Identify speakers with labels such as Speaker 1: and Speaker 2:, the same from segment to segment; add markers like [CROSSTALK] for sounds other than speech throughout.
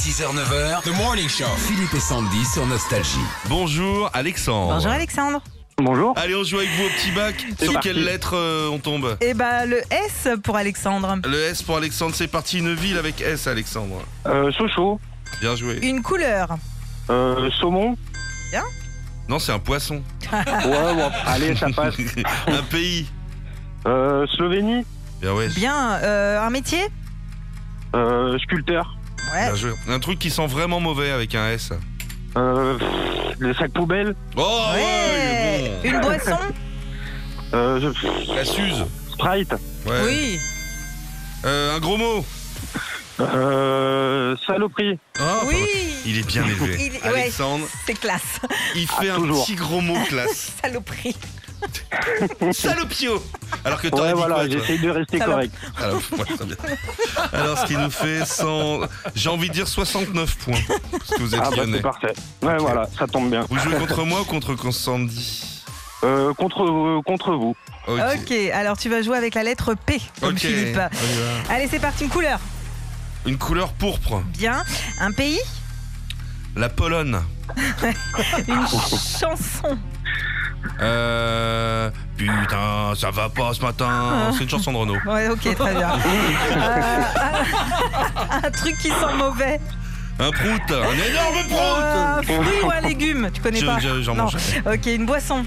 Speaker 1: 6h-9h, The Morning Show. Philippe et Sandy sur Nostalgie.
Speaker 2: Bonjour Alexandre.
Speaker 3: Bonjour Alexandre.
Speaker 4: Bonjour.
Speaker 2: Allez, on joue avec vous au petit bac. Sur
Speaker 4: parti.
Speaker 2: quelle lettre euh, on tombe
Speaker 3: Eh ben le S pour Alexandre.
Speaker 2: Le S pour Alexandre, c'est parti. Une ville avec S, Alexandre.
Speaker 4: Euh, Sochaux,
Speaker 2: Bien joué.
Speaker 3: Une couleur.
Speaker 4: euh, saumon.
Speaker 2: Non, c'est un poisson.
Speaker 4: Ouais, bon, allez, ça passe.
Speaker 2: [LAUGHS] un pays.
Speaker 4: Euh, Slovénie,
Speaker 2: Bien ouais.
Speaker 3: Bien. euh, un métier.
Speaker 4: euh, sculpteur.
Speaker 3: Ouais.
Speaker 2: Bien joué. Un truc qui sent vraiment mauvais avec un S.
Speaker 4: Euh, pff, le sac poubelle.
Speaker 2: Oh ouais, il est bon.
Speaker 3: Une boisson.
Speaker 4: Euh, je- pff,
Speaker 2: La Suze.
Speaker 4: Sprite.
Speaker 2: [LAUGHS] Ouais.
Speaker 3: Oui.
Speaker 2: Euh, un gros mot.
Speaker 4: Euh, saloperie.
Speaker 2: Ah,
Speaker 3: oui.
Speaker 2: pas mal. Il est bien élevé.
Speaker 3: [LAUGHS] Il- ouais.
Speaker 2: Alexandre,
Speaker 3: C'est classe. [LAUGHS]
Speaker 2: il fait un
Speaker 4: Ah, toujours.
Speaker 2: petit gros mot
Speaker 4: [LAUGHS]
Speaker 2: classe.
Speaker 3: Saloperie.
Speaker 2: Salopio Alors que t'aurais
Speaker 4: Ouais,
Speaker 2: dit
Speaker 4: voilà,
Speaker 2: quoi, toi
Speaker 4: j'essaye de rester
Speaker 3: Salope.
Speaker 4: correct. Ah,
Speaker 2: Alors, ouais, très bien. Alors, ce qui nous fait 100... J'ai envie de dire 69 points. Parce que vous êtes
Speaker 4: Ah, bah,
Speaker 2: lyonnais.
Speaker 4: c'est parfait. Ouais, voilà, ça tombe bien.
Speaker 2: Vous jouez contre moi ou contre Sandy
Speaker 4: Euh, contre, euh, contre vous.
Speaker 2: Ok.
Speaker 3: Ok. Alors tu vas jouer avec la lettre P comme
Speaker 2: Ok.
Speaker 3: Philippe.
Speaker 2: On y va.
Speaker 3: Allez c'est parti. Une couleur.
Speaker 2: Une couleur pourpre.
Speaker 3: Bien. Un pays.
Speaker 2: La Pologne.
Speaker 3: Une chanson.
Speaker 2: Euh... Putain, ça va pas ce
Speaker 3: Ah.
Speaker 2: matin. C'est une chanson de Renault.
Speaker 3: Ouais. Ok.
Speaker 2: [LAUGHS]
Speaker 3: Très bien. Euh, [LAUGHS] un- un truc qui sent mauvais.
Speaker 2: Un prout. Un énorme prout.
Speaker 3: Euh, fruit ou un légume. Tu connais
Speaker 2: Oh, Je-
Speaker 3: pas.
Speaker 2: je- J'en
Speaker 3: Non.
Speaker 2: mange.
Speaker 3: Ok. Une boisson.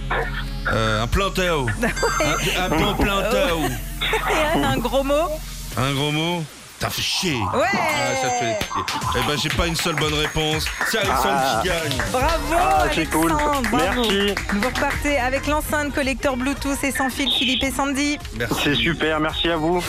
Speaker 2: Euh, un
Speaker 3: [LAUGHS]
Speaker 2: plantao. Un, un plan plantao.
Speaker 3: Et un, un gros mot.
Speaker 2: Un gros mot. T'as fait chier.
Speaker 3: Ouais.
Speaker 2: Ah, ça fait chier. Eh ben, j'ai pas une seule bonne réponse. C'est Alexandre qui gagne.
Speaker 3: Bravo
Speaker 4: Ah, c'est cool.
Speaker 3: Alexandre, bravo.
Speaker 4: Merci.
Speaker 3: Vous repartez avec l'enceinte collecteur Bluetooth et sans fil Philippe et Sandy.
Speaker 2: Merci.
Speaker 4: C'est super, merci à vous.